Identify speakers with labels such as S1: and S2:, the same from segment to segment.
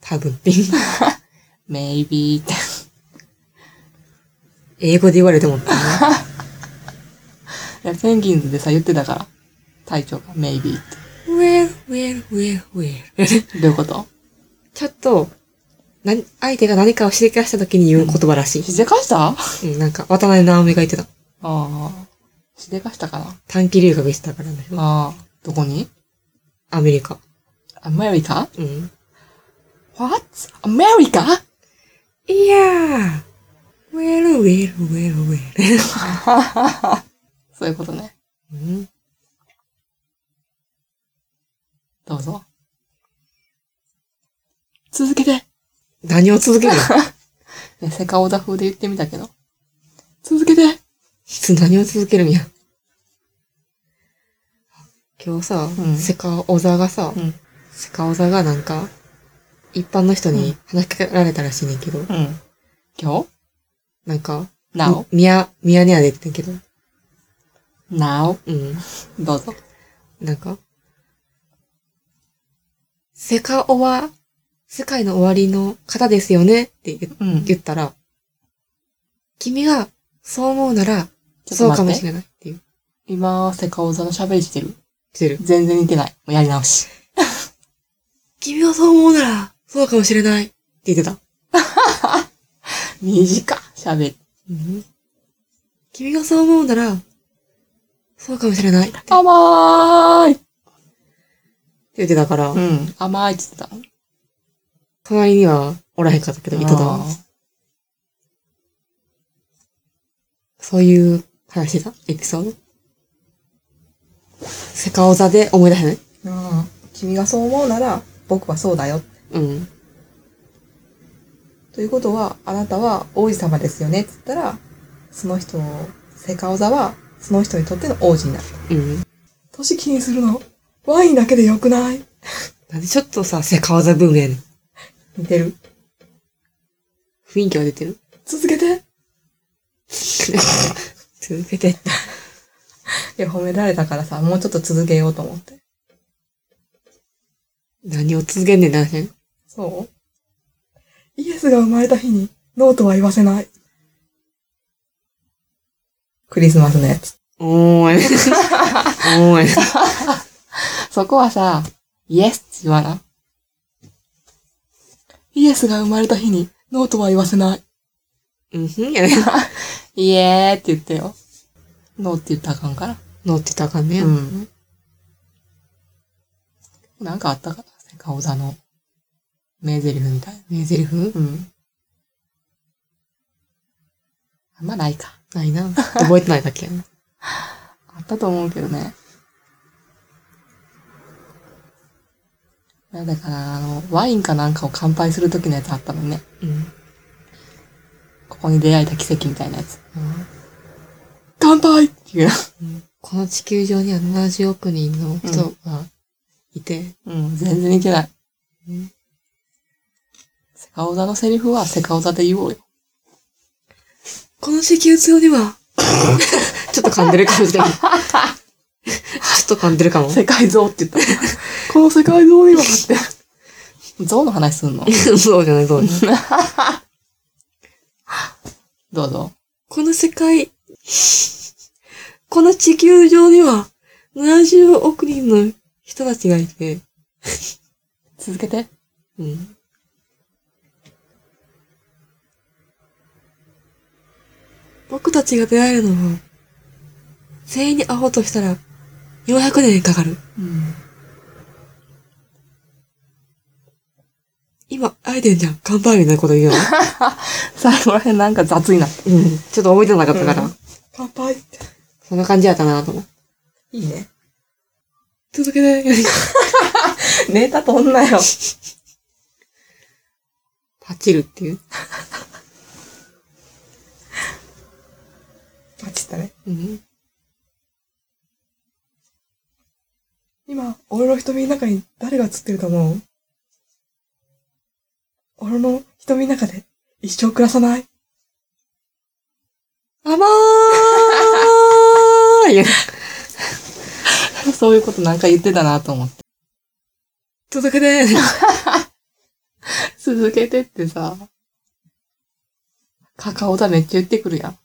S1: 多分ピン。
S2: maybe って。
S1: 英語で言われてもピン。
S2: いや、ペンギンズでさ、言ってたから。隊長が maybe っ
S1: well, well, well, well.
S2: て。どういうこと
S1: ちょっと、な、相手が何かを知り返した時に言う言葉らしい
S2: し。でかしたあ
S1: うん、なんか、渡辺直美が言ってた。
S2: あ。しでかしたかな
S1: 短期留学してたからね。
S2: ああ。どこに
S1: アメリカ。
S2: アメリカ
S1: うん。
S2: ?What? アメリカ
S1: いやー。well, well, well, well.
S2: そういうことね。
S1: うん。
S2: どうぞ。続けて。
S1: 何を続け るの
S2: ね、セカオダ風で言ってみたけど。続けて。
S1: 質何を続けるんや。今日さ、
S2: うん
S1: セカオザがさ、
S2: うん
S1: セカオザがなんか、一般の人
S2: う
S1: に話しかけられたらしいねんけど、
S2: うん。今日
S1: なんか、
S2: ?now?now?
S1: みや、みやねやでってんけど、うん。
S2: どうぞ。
S1: なんか、セカオは、世界の終わりの方ですよねって言
S2: うん
S1: 言ったら、君がそう思うなら、
S2: ちょっと
S1: そうか
S2: 待
S1: も
S2: っ。
S1: してれないっていう。
S2: 今、セカオザの喋りしてる。
S1: してる。
S2: 全然似てない。もうやり直し。
S1: 君がそう思うなら、そうかもしれないって言ってた。
S2: 短っ。喋り。
S1: 君がそう思うなら、そうかもしれないって
S2: 甘ーい。
S1: 言ってたから、
S2: うん。甘いって言って
S1: 隣にはおらへんかったけど、
S2: た。
S1: いた
S2: あ
S1: だ。
S2: ー
S1: そういう話してたエピソード。セカオザで思い出せない
S2: うん。君がそう思うなら、僕はそうだよ。
S1: うん。
S2: ということは、あなたは王子様ですよねって言ったら、その人を、セカオザは、その人にとっての王子になる。
S1: うん。
S2: 年気にするのワインだけでよくない
S1: なんでちょっとさ、セカオザブームやねん。
S2: 似てる。
S1: 雰囲気は出てる
S2: 続けて。
S1: 続けて。
S2: いや、褒められたからさ、もうちょっと続けようと思って。
S1: 何を続けんねんな、話
S2: そうイエスが生まれた日に、ノーとは言わせない。クリスマスのやつ。
S1: おーい。おーい。
S2: そこはさ、イエスって言わな。イエスが生まれた日に、ノーとは言わせない。
S1: うんふんやね。
S2: イエーって言ってよ。ノーって言ったらあかんから。
S1: 乗ってたらあかんね。
S2: ん。なんかあったかなセカオザの名台詞みたいな。
S1: 名台詞
S2: うん。あんまないか。
S1: ないな。覚えてないだけやな。
S2: あったと思うけどね。なんだかな、あの、ワインかなんかを乾杯するときのやつあったのね。
S1: うん。
S2: ここに出会えた奇跡みたいなやつ。乾杯っていう。
S1: うんこの地球上には70億人の人がいて、
S2: うん、全然似てない。セカオザのセリフはセカオザで言おうよ。
S1: この地球上には、 ちょっと噛んでるかもしれない。ちょっと噛んでるかも。
S2: 世界像って言 った。この世界像にはって。像の話すんの
S1: そうじゃない、そうじゃない。
S2: どうぞ。
S1: この世界、この地球上には70億人の人たちがいて、
S2: 続けて。
S1: うん。僕たちが出会えるのは、全員に会おうとしたら、400年かかる。
S2: うん。
S1: 今、会えてんじゃん。乾杯みたいなこと言うの。
S2: 最後らへんなんか雑になっ
S1: うん。ちょっと覚えてなかったから、
S2: うん乾杯って。
S1: そんな感じやったなと思って。
S2: いいね。
S1: 続けて。
S2: ネタ飛んなよ。
S1: パチるっていう。
S2: パチったね。
S1: うん。
S2: 今、俺の瞳の中に誰が映ってると思う俺の瞳の中で一生暮らさない
S1: 甘ーい
S2: そういうことなんか言ってたなと思って。
S1: 続けて。
S2: 続けてってさ、カカオだめっちゃ言ってくるやん。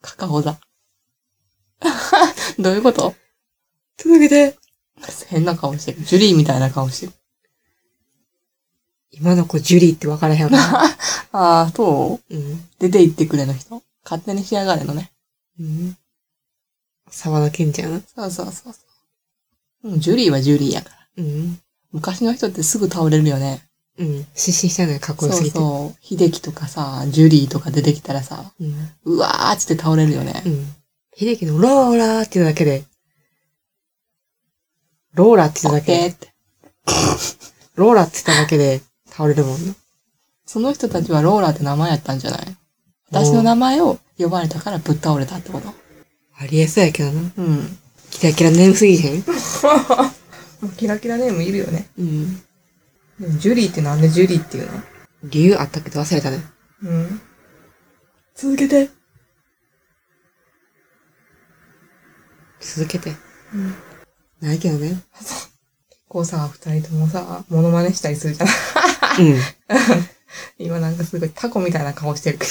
S2: カカオだ。 どういうこと
S1: 続けて。
S2: 変な顔してる。ジュリーみたいな顔してる。
S1: 今の子ジュリーって分からへんな。
S2: ああ、そう
S1: うん。
S2: 出て行ってくれの人勝手にしやがれのね。
S1: うん。沢田健ちゃん。
S2: そうそうそうそう。うん、ジュリーはジュリーやから。
S1: うん。
S2: 昔の人ってすぐ倒れるよね。
S1: うん。失神したのよ、かっこ
S2: そう
S1: よすぎて。
S2: そう。秀樹とかさ、ジュリーとか出てきたらさ、
S1: うん。
S2: うわーっつって倒れるよね。
S1: うん。秀樹のローラーって言うだけで、ローラーって言
S2: オ
S1: うだ
S2: ッ
S1: けで、
S2: ケーって。
S1: ローラーって言っただけで倒れるもんな。
S2: その人たちはローラーって名前やったんじゃない私の名前を呼ばれたからぶっ倒れたってこと。
S1: ありえそうやけどな。
S2: うん。
S1: キラキラ眠すぎへん
S2: キラキラネームいるよね。
S1: うん。
S2: でもジュリーってなんでジュリーっていうの
S1: 理由あったけど忘れたね。
S2: うん。続けて。
S1: 続けて。
S2: うん。
S1: ないけどね。
S2: こうさ、二人ともさ、モノマネしたりするじゃない
S1: うん。
S2: 今なんかすごいタコみたいな顔してるけど。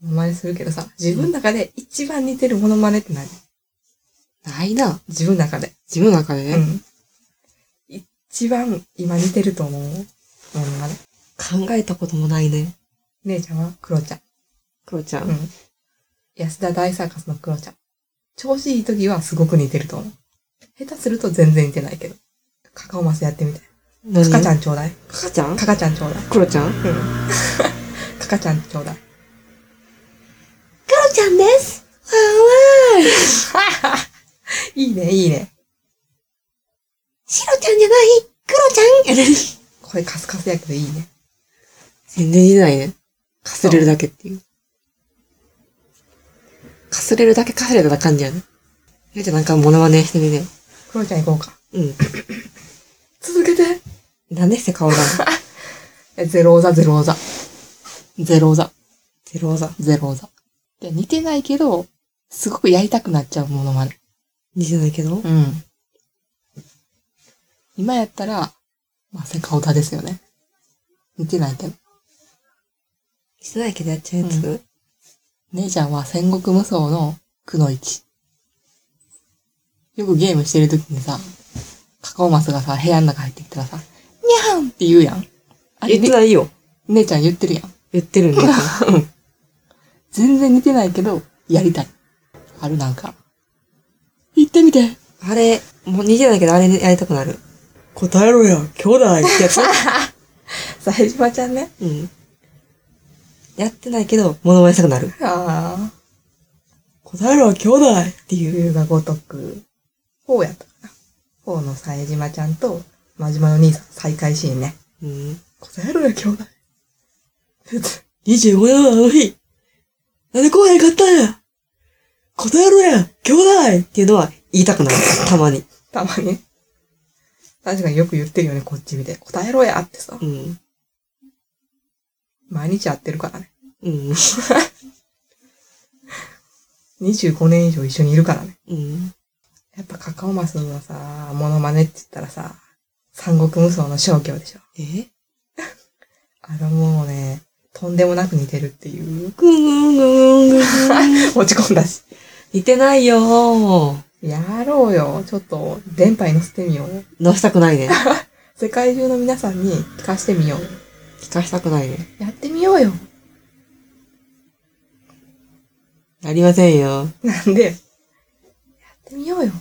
S2: モノマネするけどさ、自分の中で一番似てるモノマネって何
S1: ないな。
S2: 自分の中で。
S1: 自分の中でね、
S2: うん。一番今似てると思うモノマネ。
S1: 考えたこともないね。
S2: 姉ちゃんはクロちゃん。
S1: クロちゃん。
S2: うん。安田大サーカスのクロちゃん。調子いい時はすごく似てると思う。下手すると全然似てないけど。カカオマスやってみて。
S1: 何
S2: カカちゃ
S1: ん。
S2: んちょうだい。
S1: カカちゃん
S2: カカちゃんちょうだい。
S1: クロちゃんク
S2: うん。カカちゃんちょうだい。
S1: ロちゃんですわーわー
S2: いいね、いいね。
S1: シロちゃんじゃないクロちゃんやね
S2: これカスカスやけどいいね。
S1: 全然似てないね。かすれるだけっていう。かすれるだけかすれた感じやね。ゆうちゃんなんかモノマネしてみね。
S2: クロちゃん行こうか。
S1: うん。
S2: 続けて。
S1: なんでして顔が
S2: え、ゼローザ、ゼローザ。ゼローザ、
S1: ゼロ技。
S2: ゼローザ。で似てないけど、すごくやりたくなっちゃうものまで。
S1: 似てないけど。
S2: うん。今やったら、まあ、セカオタですよね。似てないけど。
S1: 似てないけどやっちゃうやつ。
S2: う姉ちゃんは戦国無双のくの一。よくゲームしてるときにさ、カカオマスがさ、部屋の中入ってきたらさ、にゃーんって言うやん。あれ、
S1: 言って
S2: ね、
S1: ないよ。
S2: 姉ちゃん言ってるやん。
S1: 言ってるんだけど。
S2: 全然似てないけど、やりたい。あるなんか。行ってみて。
S1: あれ、もう似てないけどあれやりたくなる。答えろや、兄弟ってやつ。
S2: さ、ヘジマちゃんね。
S1: うん。やってないけど、モノマネしたくなる。
S2: ああ。
S1: 答えろ、兄弟っていう。
S2: 竜が如く、ほうやったかな。ほうのさえじまちゃんと、まじまの兄さん再会シーンね。
S1: うん。
S2: 答えろよ、兄弟。
S1: 25年のあの日、なんで来へんかったんや答えろや、兄弟っていうのは言いたくなる。たまに。
S2: たまに。確かによく言ってるよね、こっち見て。答えろやってさ。
S1: うん。
S2: 毎日会ってるからね。
S1: うん。
S2: 25年以上一緒にいるからね。
S1: うん。
S2: やっぱカカオマスのさ、モノマネって言ったらさ、三国無双の商業でしょ。
S1: え
S2: あれもうね、とんでもなく似てるっていう。
S1: ぐんぐんぐんぐんぐん。
S2: 落ち込んだし。
S1: 似てないよー。
S2: やろうよ。ちょっと、電波に乗せてみよう。
S1: 乗したくないね。
S2: 世界中の皆さんに聞かしてみよう。
S1: 聞かしたくないね。
S2: やってみようよ。
S1: ありませんよ。
S2: なんでやってみようよ。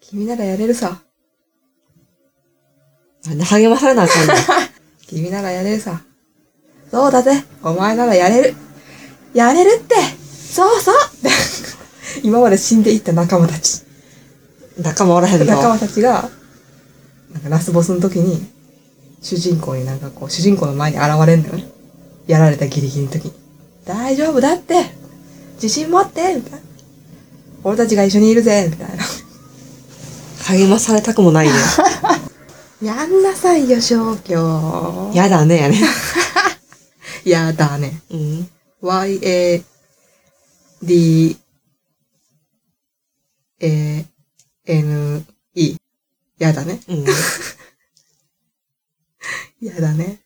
S2: 君ならやれるさ。
S1: なんで励まされなあかんの
S2: 君ならやれるさ。そうだぜ。お前ならやれる。やれるってそうそう 今まで死んでいった仲間たち。
S1: 仲間おらへん
S2: 仲
S1: の。
S2: 間たちが、なんかラスボスの時に、主人公になんかこう、主人公の前に現れんのよね。やられたギリギリの時に。大丈夫だって自信持ってみたいな。俺たちが一緒にいるぜみたいな。
S1: 励まされたくもない ね。
S2: やんなさいよ、商業。
S1: やだね、やね。
S2: や、やだね。
S1: うん。
S2: y, a, d, a, n, e. やだね。
S1: うん。
S2: やだね。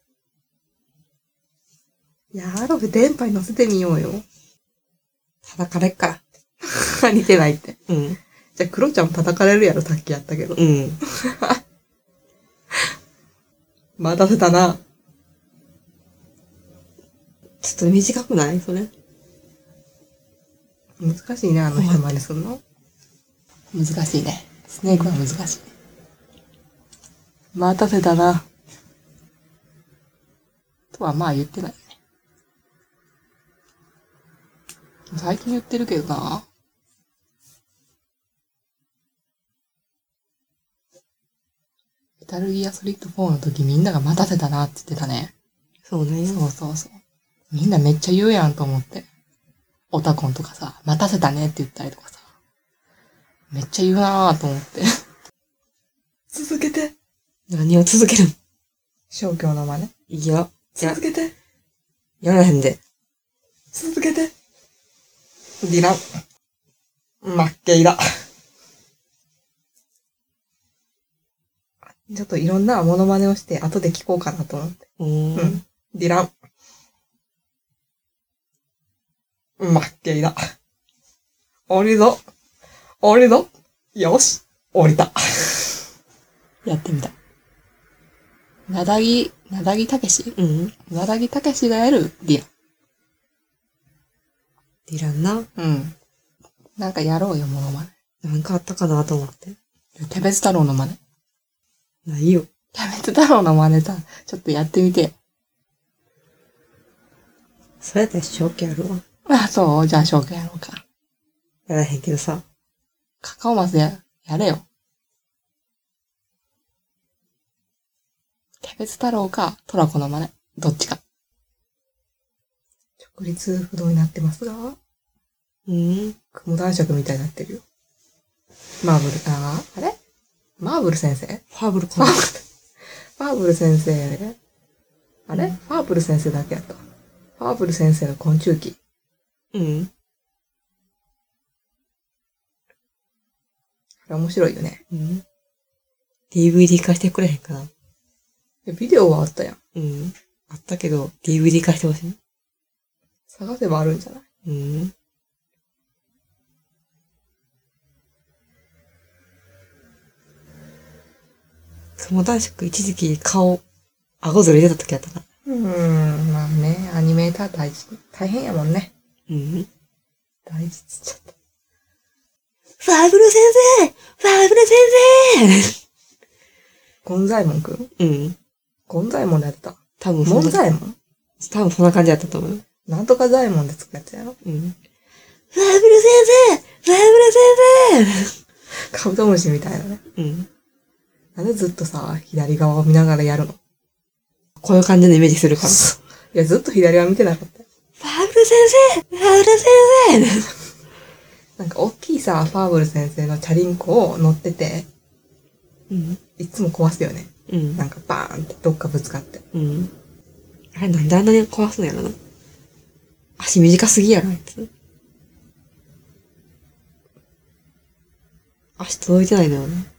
S2: いや、アロベ電波に乗せてみよう よ。
S1: 叩かれっから。
S2: 似てないって。
S1: うん。
S2: じゃあ、クロちゃんも叩かれるやろ、さっきやったけど。
S1: うん。
S2: 待たせたな。
S1: ちょっと短くないそれ。
S2: 難しいね、あの人までするの。難しいね。スネークは難しい。待たせたな。とはまあ言ってないね。最近言ってるけどな。メタルギアソリッド4の時みんなが待たせたなって言ってたね。
S1: そうね。
S2: そうそうそう。みんなめっちゃ言うやんと思って。オタコンとかさ、待たせたねって言ったりとかさ。めっちゃ言うなぁと思って。続けて。
S1: 何を続けるの
S2: 消去の真似。
S1: いや、いや、
S2: けて。
S1: やらへんで。
S2: 続けて。ディラン。負けいだ。ちょっといろんなモノマネをして後で聞こうかなと思って。
S1: うー
S2: うん
S1: ん。
S2: ディラン。負けいだ。降りるぞ。降りるぞ。よし。降りた。やってみた。なだぎ、なだぎたけし
S1: うん。
S2: なだぎたけしがやるディラン。
S1: いらんな。
S2: うん。なんかやろうよ、モノマ
S1: なんかあったかなと思って。
S2: ネ。キャベツ太郎の真似。
S1: ないよ。
S2: キャベツ太郎の真似さ、ちょっとやってみてよ。
S1: それやったら正気あるわ。
S2: あ、そうじゃあ、翔くんやろうか。
S1: やらへんけどさ。
S2: カカオマスや、やれよ。キャベツ太郎か、トラコの真似。どっちか。直立不動になってますが、
S1: うん。
S2: 雲男爵みたいになってるよ。マーブル、ああ、あれマーブル先生
S1: ファーブルか
S2: フ
S1: な。
S2: ァーブル先生。あれファーブル先生だけやった。ファーブル先生の昆虫記。
S1: うん。
S2: あれ面白いよね。
S1: うん。DVD 化してくれへんかな。
S2: でビデオはあったやん。
S1: うん。あったけど、DVD 化してほしい。
S2: 探せばあるんじゃない
S1: うん。雲男爵一時期顔、顎ずれてた時あったな。
S2: うーん、まあね、アニメーター大事。大変やもんね。
S1: うん。
S2: 大事っつっちゃった。
S1: ファーブル先生ファーブル先
S2: ゴンザイモンくん
S1: 生うん。
S2: ゴンザイモンでやってた。
S1: 多分
S2: モ
S1: そ
S2: ン
S1: んな、
S2: ザイモン
S1: 多分そんな感じだったと思う。
S2: なんとかザイモンで作るやつやろ
S1: うん。ファーブル先生ファーブル先
S2: カブトムシみたいなね。
S1: 生うん。
S2: なんでずっとさ、左側を見ながらやるの
S1: こういう感じのイメージするから。フ
S2: いや、ずっと左側見てなかった。
S1: ァーブル先生ファーブル先生
S2: なんか大きいさ、ファーブル先生のチャリンコを乗ってて、
S1: うん。
S2: いつも壊すよね。
S1: うん。
S2: なんかバーンってどっかぶつかって。
S1: うん。あれなんであんなに壊すのやろな。足短すぎやろ、あいつ。足届いてないのよね。